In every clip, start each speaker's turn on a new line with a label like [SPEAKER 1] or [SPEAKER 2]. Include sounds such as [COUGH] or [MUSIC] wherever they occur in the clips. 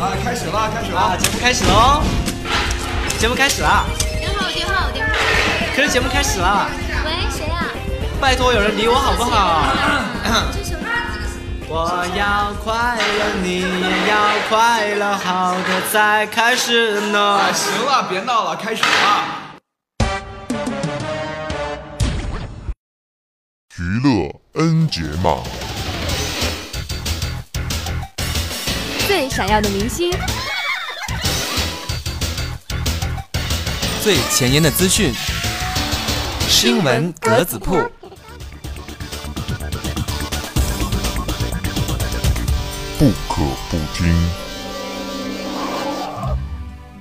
[SPEAKER 1] 啊，开始啦，开始
[SPEAKER 2] 啊，
[SPEAKER 1] 啦！
[SPEAKER 2] 节目开始喽！节目开始啦！
[SPEAKER 3] 电话，电话，电话。
[SPEAKER 2] 可是节目开始啦！
[SPEAKER 3] 喂，谁啊？
[SPEAKER 2] 拜托有人理我好不好？
[SPEAKER 3] 这什么？
[SPEAKER 2] 我要快乐，你也要快乐，好的才开始呢。
[SPEAKER 1] 啊，行了，别闹了，开始啦！
[SPEAKER 4] 娱乐 N 解码，
[SPEAKER 3] 最闪耀的明星，
[SPEAKER 2] 最前沿的资讯，新闻格子铺。
[SPEAKER 4] 不可不听。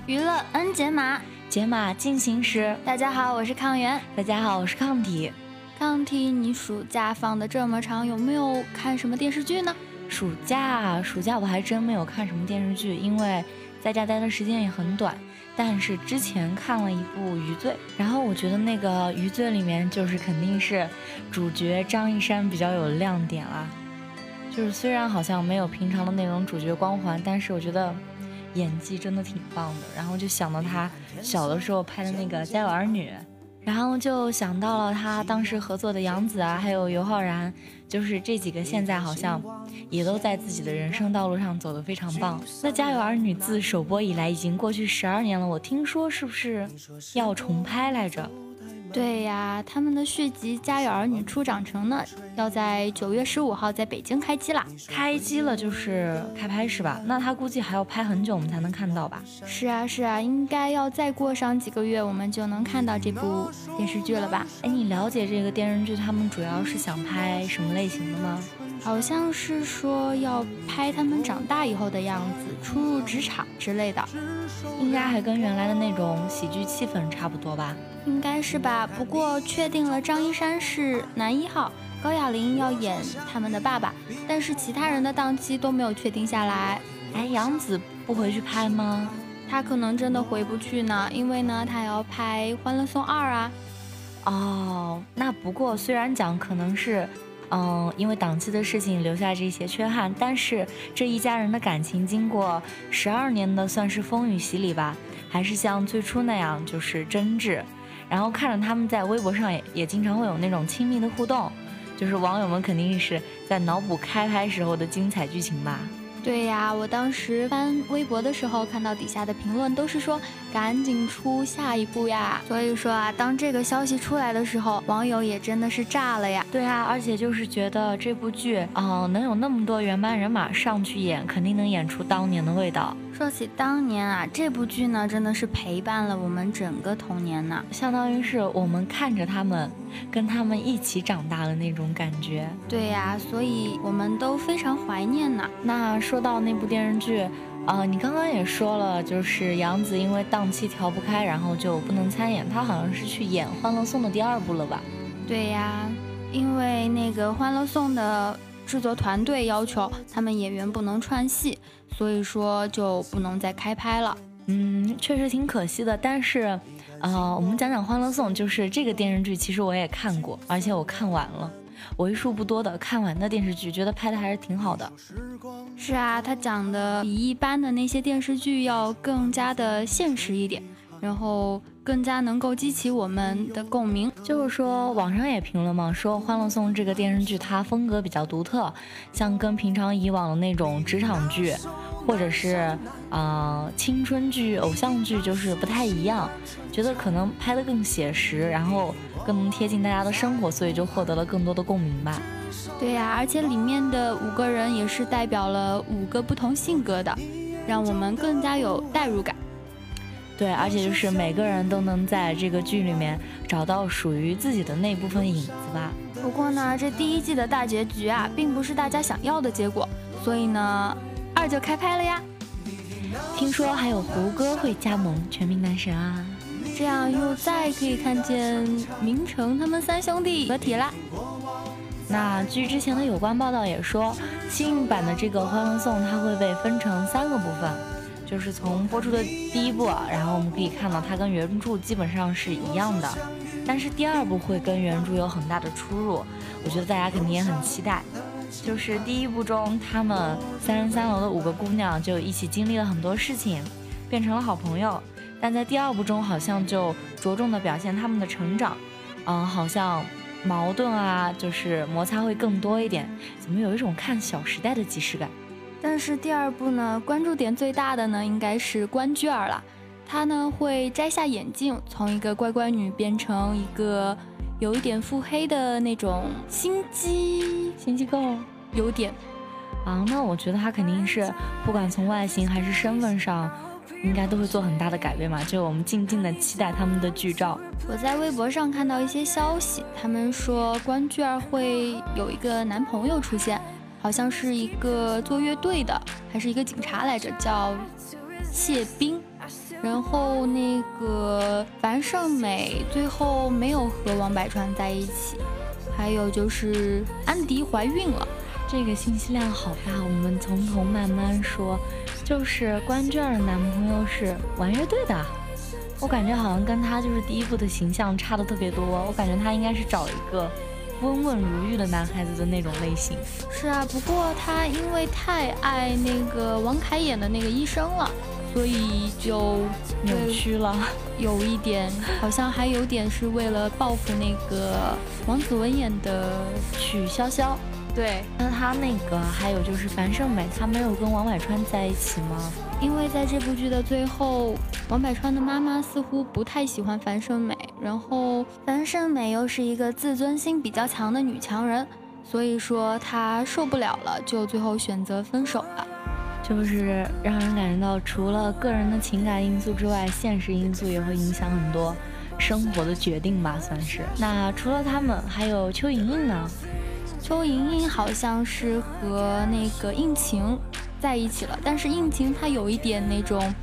[SPEAKER 5] 娱乐 N 解码，
[SPEAKER 6] 解码进行时。
[SPEAKER 5] 大家好，我是康源。
[SPEAKER 6] 大家好，我是抗体。
[SPEAKER 5] 康体，你暑假放的这么长，有没有看什么电视剧呢？
[SPEAKER 6] 暑假，暑假我还真没有看什么电视剧，因为在家待的时间也很短。但是之前看了一部《余罪》，然后我觉得那个《余罪》里面就是肯定是主角张一山比较有亮点啦。就是虽然好像没有平常的那种主角光环，但是我觉得演技真的挺棒的。然后就想到他小的时候拍的那个《家有儿女》，然后就想到了他当时合作的杨紫啊，还有尤浩然，就是这几个现在好像也都在自己的人生道路上走得非常棒。那《家有儿女》自首播以来已经过去十二年了，我听说是不是要重拍来着？
[SPEAKER 5] 对呀、他们的续集《家有儿女》初长成呢，要在九月十五号在北京开机啦。
[SPEAKER 6] 开机了就是开拍是吧？那他估计还要拍很久我们才能看到吧？
[SPEAKER 5] 是啊，是啊，应该要再过上几个月，我们就能看到这部电视剧了吧？
[SPEAKER 6] 哎，你了解这个电视剧他们主要是想拍什么类型的吗？
[SPEAKER 5] 好像是说要拍他们长大以后的样子，初入职场之类的，
[SPEAKER 6] 应该还跟原来的那种喜剧气氛差不多吧？
[SPEAKER 5] 应该是吧？不过确定了，张一山是男一号，高亚麟要演他们的爸爸，但是其他人的档期都没有确定下来。
[SPEAKER 6] 哎，杨紫不回去拍吗？
[SPEAKER 5] 他可能真的回不去呢，因为呢，他要拍《欢乐颂二》啊。
[SPEAKER 6] 哦，那不过虽然讲可能是，嗯，因为档期的事情留下这些缺憾，但是这一家人的感情经过十二年的算是风雨洗礼吧，还是像最初那样就是真挚。然后看着他们在微博上也也经常会有那种亲密的互动，就是网友们肯定是在脑补开拍时候的精彩剧情吧。
[SPEAKER 5] 对呀、我当时翻微博的时候，看到底下的评论都是说赶紧出下一步呀。所以说啊，当这个消息出来的时候，网友也真的是炸了呀。
[SPEAKER 6] 对啊，而且就是觉得这部剧，嗯、能有那么多原班人马上去演，肯定能演出当年的味道。
[SPEAKER 5] 说起当年啊，这部剧呢，真的是陪伴了我们整个童年呢。
[SPEAKER 6] 相当于是我们看着他们，跟他们一起长大的那种感觉。
[SPEAKER 5] 对呀、所以我们都非常怀念呢。
[SPEAKER 6] 那说到那部电视剧，呃，你刚刚也说了，就是杨紫因为档期调不开，然后就不能参演。她好像是去演《欢乐颂》的第二部了吧？
[SPEAKER 5] 对呀、因为那个《欢乐颂》的制作团队要求他们演员不能串戏，所以说就不能再开拍了。
[SPEAKER 6] 嗯，确实挺可惜的。但是，呃，我们讲讲《欢乐颂》，就是这个电视剧，其实我也看过，而且我看完了，为数不多的看完的电视剧，觉得拍的还是挺好的。
[SPEAKER 5] 是啊，他讲的比一般的那些电视剧要更加的现实一点，然后更加能够激起我们的共鸣。
[SPEAKER 6] 就是说，网上也评论嘛，说《欢乐颂》这个电视剧它风格比较独特，像跟平常以往的那种职场剧，或者是呃青春剧、偶像剧，就是不太一样。觉得可能拍得更写实，然后更能贴近大家的生活，所以就获得了更多的共鸣吧。
[SPEAKER 5] 对呀、而且里面的五个人也是代表了五个不同性格的，让我们更加有代入感。
[SPEAKER 6] 对，而且就是每个人都能在这个剧里面找到属于自己的那部分影子吧。
[SPEAKER 5] 不过呢，这第一季的大结局啊，并不是大家想要的结果，所以呢，二就开拍了呀。
[SPEAKER 6] 听说还有胡歌会加盟《全民男神》啊。
[SPEAKER 5] 这样又再可以看见明成他们三兄弟合体啦。
[SPEAKER 6] 那据之前的有关报道也说，新影版的这个《欢乐颂》它会被分成三个部分，就是从播出的第一部，啊然后我们可以看到它跟原著基本上是一样的，但是第二部会跟原著有很大的出入，我觉得大家肯定也很期待。就是第一部中，他们三十三楼的五个姑娘就一起经历了很多事情，变成了好朋友，但在第二部中好像就着重的表现他们的成长，嗯，好像。矛盾啊，就是摩擦会更多一点，怎么有一种看《小时代》的即视感？
[SPEAKER 5] 但是第二部呢，关注点最大的呢，应该是关雎儿了。她呢会摘下眼镜，从一个乖乖女变成一个有一点腹黑的那种心机
[SPEAKER 6] 心机构，
[SPEAKER 5] 有点
[SPEAKER 6] 啊。那我觉得她肯定是，不管从外形还是身份上。应该都会做很大的改变嘛，就我们静静的期待他们的剧照。
[SPEAKER 5] 我在微博上看到一些消息，他们说关雎儿会有一个男朋友出现，好像是一个做乐队的，还是一个警察来着，叫谢冰。然后那个樊胜美最后没有和王百川在一起，还有就是安迪怀孕了。
[SPEAKER 6] 这个信息量好大，我们从头慢慢说。就是关雎儿的男朋友是玩乐队的，我感觉好像跟他就是第一部的形象差的特别多。我感觉他应该是找一个温文如玉的男孩子的那种类型。
[SPEAKER 5] 是啊，不过他因为太爱那个王凯演的那个医生了，所以就
[SPEAKER 6] 扭曲了，
[SPEAKER 5] 有一点好像还有点是为了报复那个王子文演的
[SPEAKER 6] 曲筱绡。
[SPEAKER 5] 对，
[SPEAKER 6] [LAUGHS] 那他那个还有就是樊胜美，她没有跟王百川在一起吗？
[SPEAKER 5] 因为在这部剧的最后，王百川的妈妈似乎不太喜欢樊胜美，然后樊胜美又是一个自尊心比较强的女强人，所以说她受不了了，就最后选择分手了。
[SPEAKER 6] 就是让人感觉到，除了个人的情感因素之外，现实因素也会影响很多生活的决定吧，算是。那除了他们，还有邱莹莹呢？
[SPEAKER 5] 邱莹莹好像是和那个应勤在一起了，但是应勤她有一点那种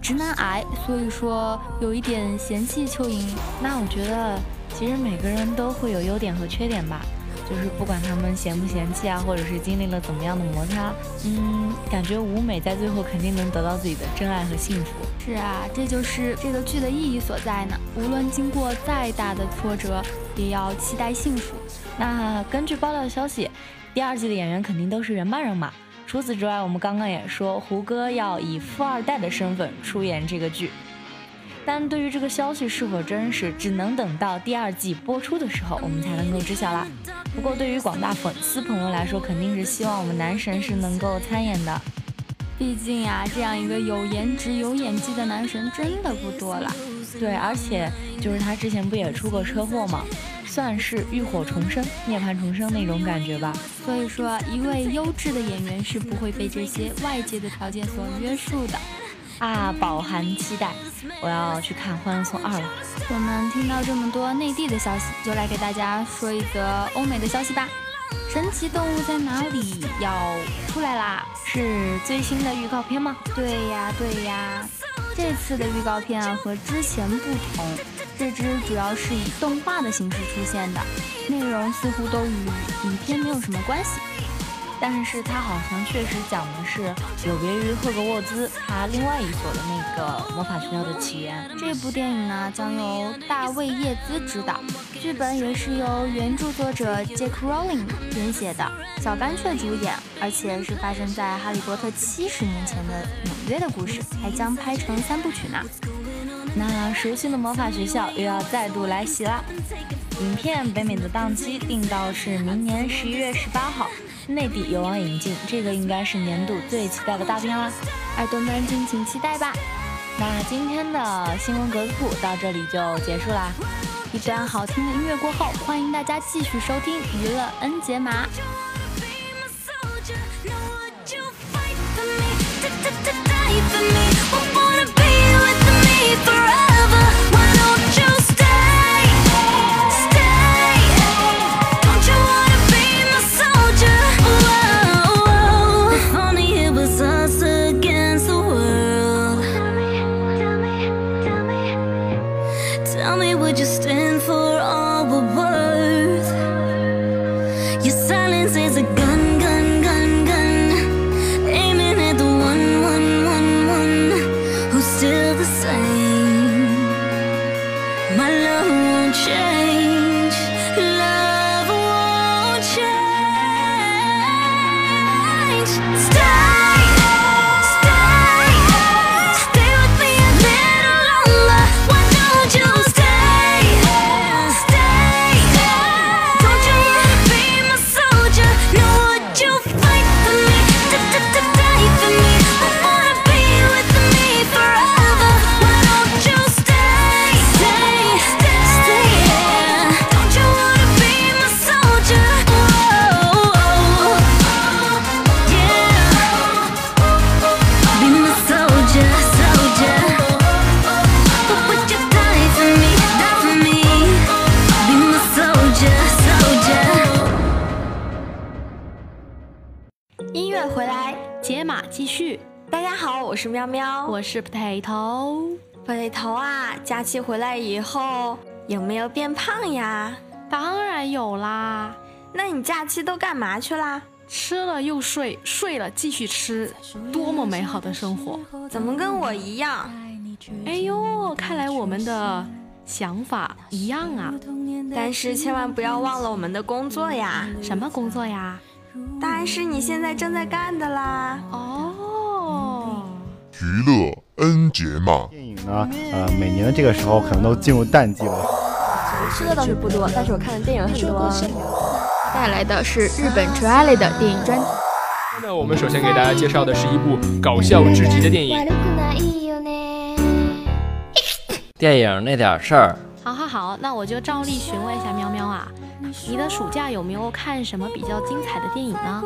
[SPEAKER 5] 直男癌，所以说有一点嫌弃邱莹莹。
[SPEAKER 6] 那我觉得其实每个人都会有优点和缺点吧，就是不管他们嫌不嫌弃啊，或者是经历了怎么样的摩擦，嗯，感觉舞美在最后肯定能得到自己的真爱和幸福。
[SPEAKER 5] 是啊，这就是这个剧的意义所在呢。无论经过再大的挫折，也要期待幸福。
[SPEAKER 6] 那根据爆料消息，第二季的演员肯定都是原班人马。除此之外，我们刚刚也说胡歌要以富二代的身份出演这个剧，但对于这个消息是否真实，只能等到第二季播出的时候我们才能够知晓啦。不过对于广大粉丝朋友来说，肯定是希望我们男神是能够参演的，
[SPEAKER 5] 毕竟呀、啊，这样一个有颜值、有演技的男神真的不多了。
[SPEAKER 6] 对，而且就是他之前不也出过车祸吗？算是浴火重生、涅槃重生那种感觉吧。
[SPEAKER 5] 所以说，一位优质的演员是不会被这些外界的条件所约束的。
[SPEAKER 6] 啊，饱含期待，我要去看《欢乐颂二》了。
[SPEAKER 5] 我们听到这么多内地的消息，就来给大家说一则欧美的消息吧。《神奇动物在哪里》要出来啦，
[SPEAKER 6] 是最新的预告片吗？
[SPEAKER 5] 对呀，对呀。这次的预告片啊和之前不同，这支主要是以动画的形式出现的，内容似乎都与影片没有什么关系。
[SPEAKER 6] 但是它好像确实讲的是有别于赫格沃兹它另外一所的那个魔法学校的起源。
[SPEAKER 5] 这部电影呢将由大卫·叶兹执导，剧本也是由原著作者 Jack Rowling 编写的，小班雀主演，而且是发生在《哈利波特》七十年前的纽约的故事，还将拍成三部曲呢。
[SPEAKER 6] 那熟悉的魔法学校又要再度来袭啦！影片北美的档期定到是明年十一月十八号，内地有望引进，这个应该是年度最期待的大片啦，
[SPEAKER 5] 耳朵们敬请期待吧。
[SPEAKER 6] 那今天的新闻格子铺到这里就结束啦，
[SPEAKER 5] 一段好听的音乐过后，欢迎大家继续收听娱乐 N 解码。
[SPEAKER 7] If only it was us against the world
[SPEAKER 8] 解码继续，
[SPEAKER 7] 大家好，我是喵喵，
[SPEAKER 8] 我是 potato。
[SPEAKER 7] potato 啊，假期回来以后有没有变胖呀？
[SPEAKER 8] 当然有啦。
[SPEAKER 7] 那你假期都干嘛去啦？
[SPEAKER 8] 吃了又睡，睡了继续吃，多么美好的生活！
[SPEAKER 7] 怎么跟我一样？
[SPEAKER 8] 哎呦，看来我们的想法一样啊。
[SPEAKER 7] 但是千万不要忘了我们的工作呀。
[SPEAKER 8] 什么工作呀？
[SPEAKER 7] 当然是你现在正在干的啦！
[SPEAKER 8] 哦，
[SPEAKER 4] 娱乐 N 节嘛，
[SPEAKER 9] 电影呢，呃，每年的这个时候可能都进入淡季了。
[SPEAKER 10] 吃的倒是不多，但是我看的电影很多。
[SPEAKER 3] 带来的是日本 Trally 的电影专题。
[SPEAKER 11] 那我们首先给大家介绍的是一部搞笑至极的电影。
[SPEAKER 12] 电影那点事儿。
[SPEAKER 8] 好好好，那我就照例询问一下喵喵啊。你的暑假有没有看什么比较精彩的电影呢？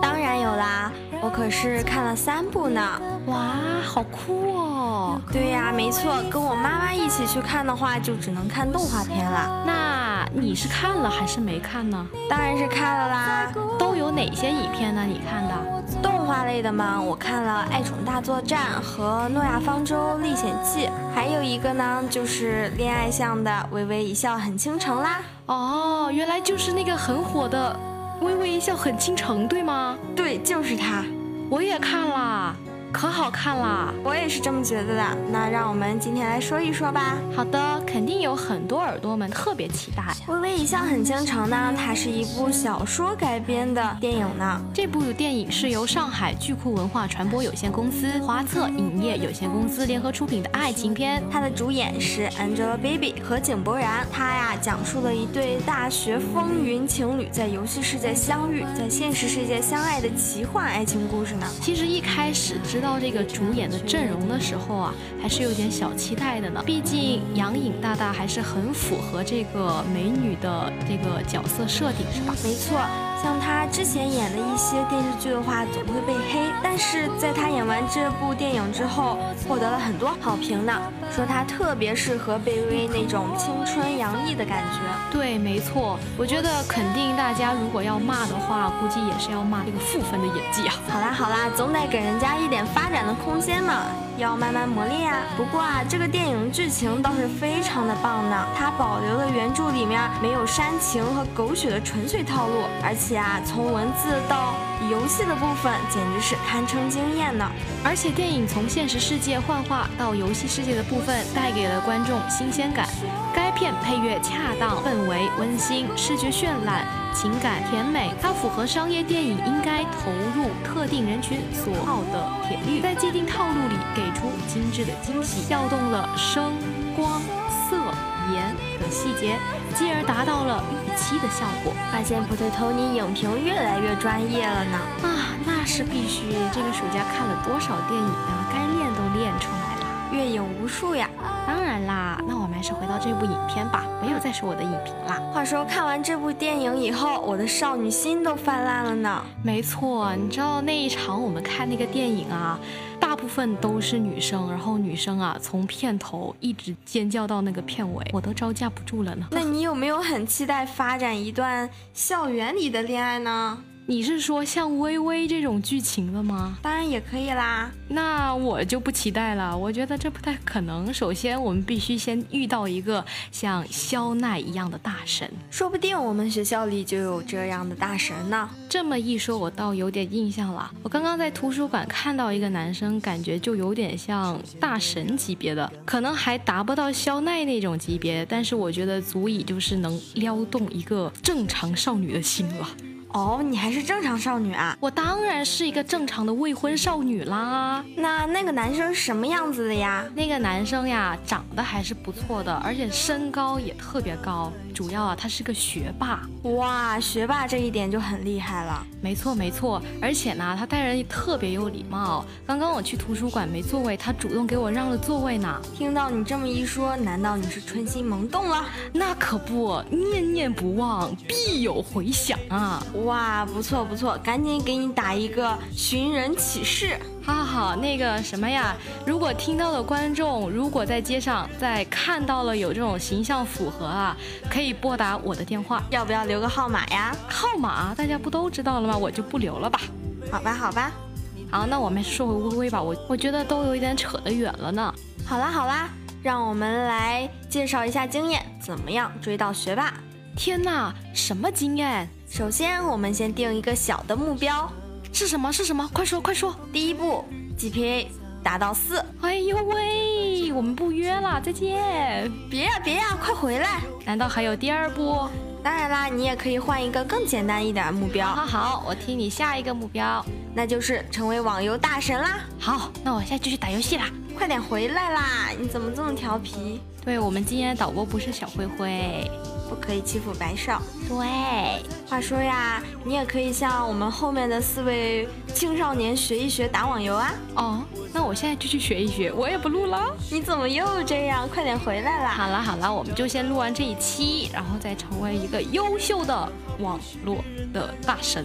[SPEAKER 7] 当然有啦，我可是看了三部呢。
[SPEAKER 8] 哇，好酷哦！
[SPEAKER 7] 对呀、啊，没错，跟我妈妈一起去看的话，就只能看动画片了。
[SPEAKER 8] 那你是看了还是没看呢？
[SPEAKER 7] 当然是看了啦。
[SPEAKER 8] 都有哪些影片呢？你看的？
[SPEAKER 7] 动画类的嘛，我看了《爱宠大作战》和《诺亚方舟历险记》，还有一个呢，就是恋爱向的《微微一笑很倾城》啦。
[SPEAKER 8] 哦，原来就是那个很火的《微微一笑很倾城》，对吗？
[SPEAKER 7] 对，就是它。
[SPEAKER 8] 我也看啦，可好看啦！
[SPEAKER 7] 我也是这么觉得的。那让我们今天来说一说吧。
[SPEAKER 8] 好的，肯定有很多耳朵们特别期待。
[SPEAKER 7] 《微微一笑很倾城》呢，它是一部小说改编的电影呢。
[SPEAKER 8] 这部电影是由上海巨库文化传播有限公司、华策影业有限公司联合出品的爱情片。
[SPEAKER 7] 它的主演是 Angelababy 和井柏然。它呀，讲述了一对大学风云情侣在游戏世界相遇，在现实世界相爱的奇幻爱情故事呢。
[SPEAKER 8] 其实一开始知道。这个主演的阵容的时候啊，还是有点小期待的呢。毕竟杨颖大大还是很符合这个美女的这个角色设定，是吧？
[SPEAKER 7] 没错，像她之前演的一些电视剧的话，总会被黑，但是在她演完这部电影之后，获得了很多好评呢，说她特别适合贝微那种青春洋溢的感觉。
[SPEAKER 8] 对，没错，我觉得肯定大家如果要骂的话，估计也是要骂这个负分的演技啊。
[SPEAKER 7] 好啦好啦，总得给人家一点发。展的空间嘛，要慢慢磨练啊。不过啊，这个电影剧情倒是非常的棒呢。它保留了原著里面啊没有煽情和狗血的纯粹套路，而且啊，从文字到游戏的部分，简直是堪称惊艳呢。
[SPEAKER 8] 而且电影从现实世界幻化到游戏世界的部分，带给了观众新鲜感。该片配乐恰当，氛围温馨，视觉渲染情感甜美，它符合商业电影应该投入特定人群所好的铁律，在既定套路里给出精致的惊喜，调动了声光色盐的细节，继而达到了预期的效果。
[SPEAKER 7] 发现不对头，你影评越来越专业了呢。
[SPEAKER 8] 啊，那是必须！这个暑假看了多少电影啊，该练都练出来了，
[SPEAKER 7] 阅影无数呀。
[SPEAKER 8] 当然啦，那我们还是回到这部影片吧，没有再是我的影评啦。
[SPEAKER 7] 话说看完这部电影以后，我的少女心都泛滥了呢。
[SPEAKER 8] 没错，你知道那一场我们看那个电影啊，大部分都是女生，然后女生啊从片头一直尖叫到那个片尾，我都招架不住了呢。
[SPEAKER 7] 那你有没有很期待发展一段校园里的恋爱呢？
[SPEAKER 8] 你是说像微微这种剧情的吗？
[SPEAKER 7] 当然也可以啦。
[SPEAKER 8] 那我就不期待了，我觉得这不太可能。首先，我们必须先遇到一个像肖奈一样的大神，
[SPEAKER 7] 说不定我们学校里就有这样的大神呢。
[SPEAKER 8] 这么一说，我倒有点印象了。我刚刚在图书馆看到一个男生，感觉就有点像大神级别的，可能还达不到肖奈那种级别，但是我觉得足以就是能撩动一个正常少女的心了。
[SPEAKER 7] 哦，你还是正常少女啊？
[SPEAKER 8] 我当然是一个正常的未婚少女啦。
[SPEAKER 7] 那那个男生什么样子的呀？
[SPEAKER 8] 那个男生呀，长得还是不错的，而且身高也特别高。主要啊，他是个学霸。
[SPEAKER 7] 哇，学霸这一点就很厉害了。
[SPEAKER 8] 没错没错，而且呢，他待人特别有礼貌。刚刚我去图书馆没座位，他主动给我让了座位呢。
[SPEAKER 7] 听到你这么一说，难道你是春心萌动了？
[SPEAKER 8] 那可不，念念不忘，必有回响啊！
[SPEAKER 7] 哇，不错不错，赶紧给你打一个寻人启事。
[SPEAKER 8] 好好好，那个什么呀，如果听到的观众，如果在街上在看到了有这种形象符合啊，可以拨打我的电话。
[SPEAKER 7] 要不要留个号码呀？
[SPEAKER 8] 号码大家不都知道了吗？我就不留了吧。
[SPEAKER 7] 好吧好吧，
[SPEAKER 8] 好，那我们说回微微吧，我我觉得都有一点扯得远了呢。
[SPEAKER 7] 好啦好啦，让我们来介绍一下经验，怎么样追到学霸？
[SPEAKER 8] 天哪，什么经验？
[SPEAKER 7] 首先，我们先定一个小的目标，
[SPEAKER 8] 是什么？是什么？快说，快说！
[SPEAKER 7] 第一步，GPA 达到四。
[SPEAKER 8] 哎呦喂，我们不约了，再见！
[SPEAKER 7] 别呀、啊、别呀、啊，快回来！
[SPEAKER 8] 难道还有第二步？
[SPEAKER 7] 当然啦，你也可以换一个更简单一点的目标。
[SPEAKER 8] 好好，我听你下一个目标，
[SPEAKER 7] 那就是成为网游大神啦。
[SPEAKER 8] 好，那我现在就去打游戏啦。
[SPEAKER 7] 快点回来啦！你怎么这么调皮？
[SPEAKER 8] 对我们今天的导播不是小灰灰。
[SPEAKER 7] 不可以欺负白少。
[SPEAKER 8] 对，
[SPEAKER 7] 话说呀，你也可以像我们后面的四位青少年学一学打网游啊。
[SPEAKER 8] 哦，那我现在就去学一学，我也不录了。
[SPEAKER 7] 你怎么又这样？快点回来啦！
[SPEAKER 8] 好了好了，我们就先录完这一期，然后再成为一个优秀的网络的大神。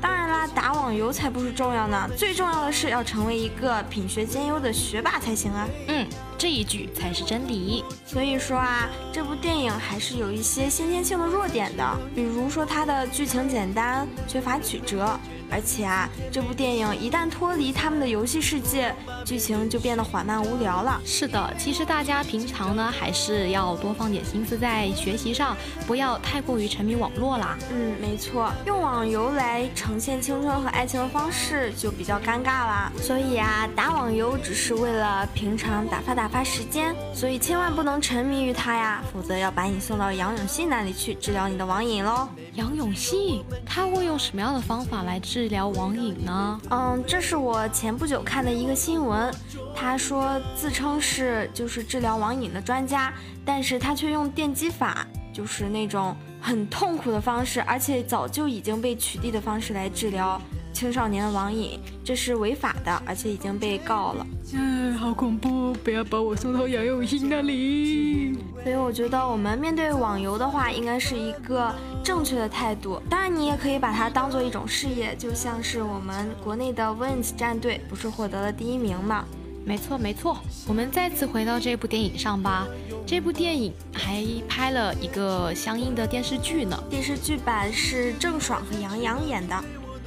[SPEAKER 7] 当然啦，打网游才不是重要呢，最重要的是要成为一个品学兼优的学霸才行啊。
[SPEAKER 8] 嗯。这一句才是真理。
[SPEAKER 7] 所以说啊，这部电影还是有一些先天性的弱点的，比如说它的剧情简单，缺乏曲折，而且啊，这部电影一旦脱离他们的游戏世界，剧情就变得缓慢无聊了。
[SPEAKER 8] 是的，其实大家平常呢，还是要多放点心思在学习上，不要太过于沉迷网络啦。
[SPEAKER 7] 嗯，没错，用网游来呈现青春和爱情的方式就比较尴尬啦。所以啊，打网游只是为了平常打发打。打发时间，所以千万不能沉迷于它呀，否则要把你送到杨永信那里去治疗你的网瘾喽。
[SPEAKER 8] 杨永信他会用什么样的方法来治疗网瘾呢？
[SPEAKER 7] 嗯，这是我前不久看的一个新闻，他说自称是就是治疗网瘾的专家，但是他却用电击法，就是那种很痛苦的方式，而且早就已经被取缔的方式来治疗。青少年的网瘾，这是违法的，而且已经被告了。
[SPEAKER 13] 嗯，好恐怖！不要把我送到杨永信那里。
[SPEAKER 7] 所以我觉得我们面对网游的话，应该是一个正确的态度。当然，你也可以把它当做一种事业，就像是我们国内的 Wins 战队不是获得了第一名嘛？
[SPEAKER 8] 没错，没错。我们再次回到这部电影上吧。这部电影还拍了一个相应的电视剧呢。
[SPEAKER 7] 电视剧版是郑爽和杨洋演的。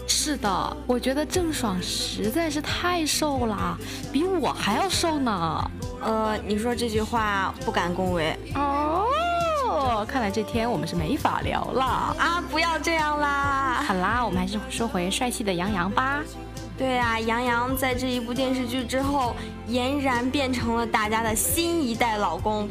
[SPEAKER 8] 是的，我觉得郑爽实在是太瘦了，比我还要瘦呢。
[SPEAKER 7] 呃，你说这句话不敢恭维
[SPEAKER 8] 哦。看来这天我们是没法聊了啊！
[SPEAKER 7] 不要这样啦。
[SPEAKER 8] 好啦，我们还是说回帅气的杨洋吧。
[SPEAKER 7] 对啊，杨洋在这一部电视剧之后，俨然变成了大家的新一代老公。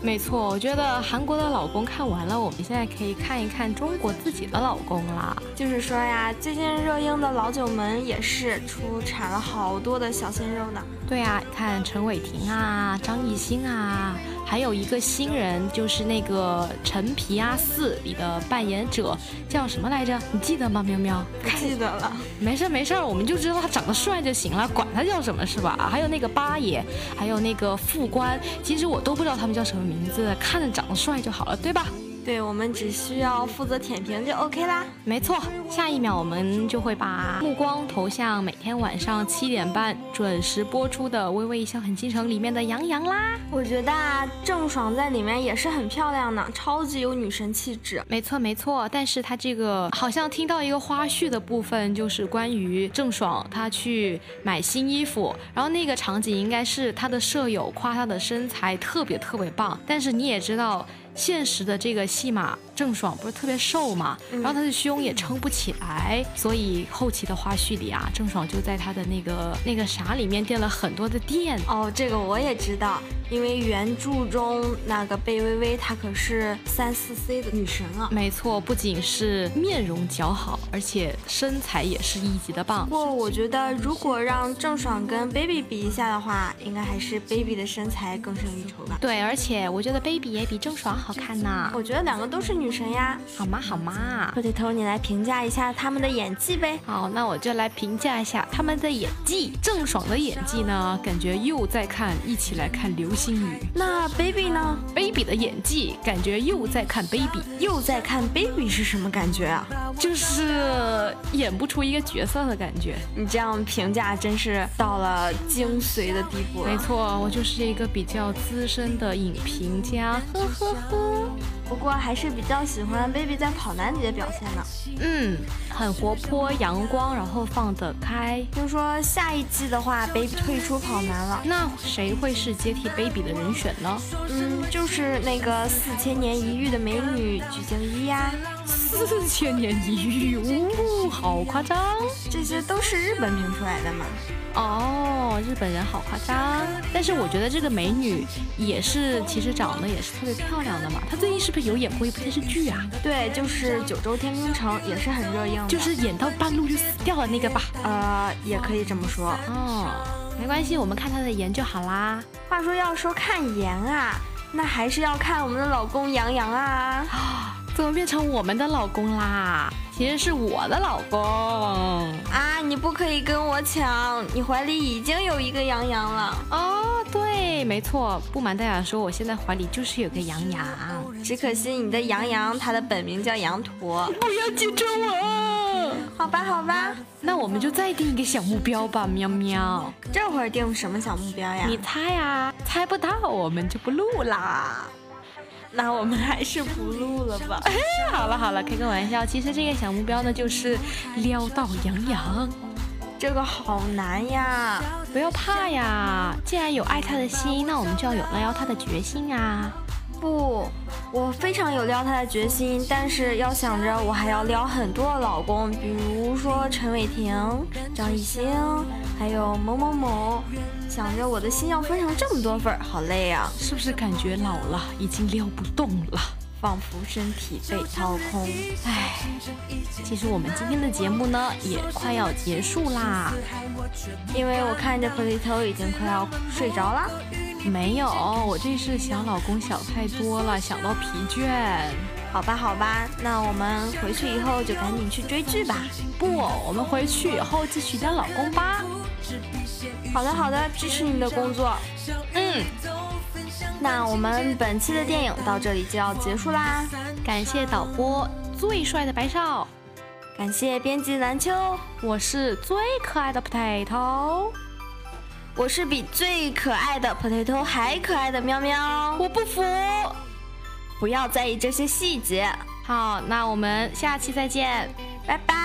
[SPEAKER 8] 没错，我觉得韩国的老公看完了，我们现在可以看一看中国自己的老公啦。
[SPEAKER 7] 就是说呀，最近热映的《老九门》也是出产了好多的小鲜肉呢。
[SPEAKER 8] 对啊，看陈伟霆啊，张艺兴啊，还有一个新人，就是那个《陈皮阿四》里的扮演者叫什么来着？你记得吗，喵喵？
[SPEAKER 7] 不记得了。
[SPEAKER 8] 没事没事，我们就知道他长得帅就行了，管他叫什么是吧？还有那个八爷，还有那个副官，其实我都不知道他们叫什么名字，看着长得帅就好了，对吧？
[SPEAKER 7] 对我们只需要负责舔屏就 OK 啦。
[SPEAKER 8] 没错，下一秒我们就会把目光投向每天晚上七点半准时播出的《微微一笑很倾城》里面的杨洋啦。
[SPEAKER 7] 我觉得啊，郑爽在里面也是很漂亮呢，超级有女神气质。
[SPEAKER 8] 没错没错，但是她这个好像听到一个花絮的部分，就是关于郑爽她去买新衣服，然后那个场景应该是她的舍友夸她的身材特别特别棒，但是你也知道。现实的这个戏码，郑爽不是特别瘦嘛，然后她的胸也撑不起来，所以后期的花絮里啊，郑爽就在她的那个那个啥里面垫了很多的垫。
[SPEAKER 7] 哦，这个我也知道，因为原著中那个贝微微她可是三四 C 的女神啊。
[SPEAKER 8] 没错，不仅是面容姣好，而且身材也是一级的棒。
[SPEAKER 7] 不过我觉得，如果让郑爽跟 Baby 比一下的话，应该还是 Baby 的身材更胜一筹吧。
[SPEAKER 8] 对，而且我觉得 Baby 也比郑爽。好看呐、啊！
[SPEAKER 7] 我觉得两个都是女神呀。
[SPEAKER 8] 好嘛好嘛，
[SPEAKER 7] 火腿头，你来评价一下他们的演技呗。
[SPEAKER 8] 好，那我就来评价一下他们的演技。郑爽的演技呢，感觉又在看《一起来看流星雨》。
[SPEAKER 7] 那 Baby 呢
[SPEAKER 8] ？Baby 的演技感觉又在看 Baby，
[SPEAKER 7] 又在看 Baby 是什么感觉啊？
[SPEAKER 8] 就是演不出一个角色的感觉。
[SPEAKER 7] 你这样评价真是到了精髓的地步。
[SPEAKER 8] 没错，我就是一个比较资深的影评家。呵呵呵。
[SPEAKER 7] 不过还是比较喜欢 baby 在跑男里的表现呢。
[SPEAKER 8] 嗯，很活泼、阳光，然后放得开。
[SPEAKER 7] 听说下一季的话，baby 退出跑男了，
[SPEAKER 8] 那谁会是接替 baby 的人选呢？
[SPEAKER 7] 嗯，就是那个四千年一遇的美女鞠婧祎呀。
[SPEAKER 8] 四 [LAUGHS] 千年一遇，呜、哦，好夸张！
[SPEAKER 7] 这些都是日本评出来的嘛？
[SPEAKER 8] 哦，日本人好夸张。但是我觉得这个美女也是，其实长得也是特别漂亮的嘛。她最近是不是有演过一部电视剧啊？
[SPEAKER 7] 对，就是《九州天空城》，也是很热映的，
[SPEAKER 8] 就是演到半路就死掉了那个吧？
[SPEAKER 7] 呃，也可以这么说。
[SPEAKER 8] 哦，没关系，我们看她的颜就好啦。
[SPEAKER 7] 话说要说看颜啊，那还是要看我们的老公杨洋啊。
[SPEAKER 8] 怎么变成我们的老公啦？其实是我的老公
[SPEAKER 7] 啊！你不可以跟我抢，你怀里已经有一个杨洋了。
[SPEAKER 8] 哦，对，没错。不瞒大家说，我现在怀里就是有个杨洋，
[SPEAKER 7] 只可惜你的杨洋他的本名叫羊驼。
[SPEAKER 8] 不要记住我。
[SPEAKER 7] 好吧，好吧，
[SPEAKER 8] 那我们就再定一个小目标吧，喵喵。
[SPEAKER 7] 这会儿定什么小目标呀？
[SPEAKER 8] 你猜啊，猜不到我们就不录啦。哎
[SPEAKER 7] 那我们还是不录了吧。
[SPEAKER 8] 好了好了，开个玩笑。其实这个小目标呢，就是撩到杨洋。
[SPEAKER 7] 这个好难呀！
[SPEAKER 8] 不要怕呀，既然有爱他的心，那我们就要有撩他的决心啊！
[SPEAKER 7] 不，我非常有撩他的决心，但是要想着我还要撩很多老公，比如说陈伟霆、张艺兴，还有某某某。想着我的心要分成这么多份儿，好累啊！
[SPEAKER 8] 是不是感觉老了，已经撩不动了，
[SPEAKER 7] 仿佛身体被掏空？
[SPEAKER 8] 唉，其实我们今天的节目呢，也快要结束啦，
[SPEAKER 7] 因为我看着火腿头已经快要睡着了。
[SPEAKER 8] 没有，我这是想老公想太多了，想到疲倦。
[SPEAKER 7] 好吧，好吧，那我们回去以后就赶紧去追剧吧。
[SPEAKER 8] 不，哦我们回去以后继续当老公吧。
[SPEAKER 7] 好的，好的，支持你的工作。
[SPEAKER 8] 嗯，
[SPEAKER 7] 那我们本期的电影到这里就要结束啦。
[SPEAKER 8] 感谢导播最帅的白少，
[SPEAKER 7] 感谢编辑蓝秋，
[SPEAKER 8] 我是最可爱的 potato，
[SPEAKER 7] 我是比最可爱的 potato 还可爱的喵喵，
[SPEAKER 8] 我不服。
[SPEAKER 7] 不要在意这些细节。
[SPEAKER 8] 好，那我们下期再见，
[SPEAKER 7] 拜拜。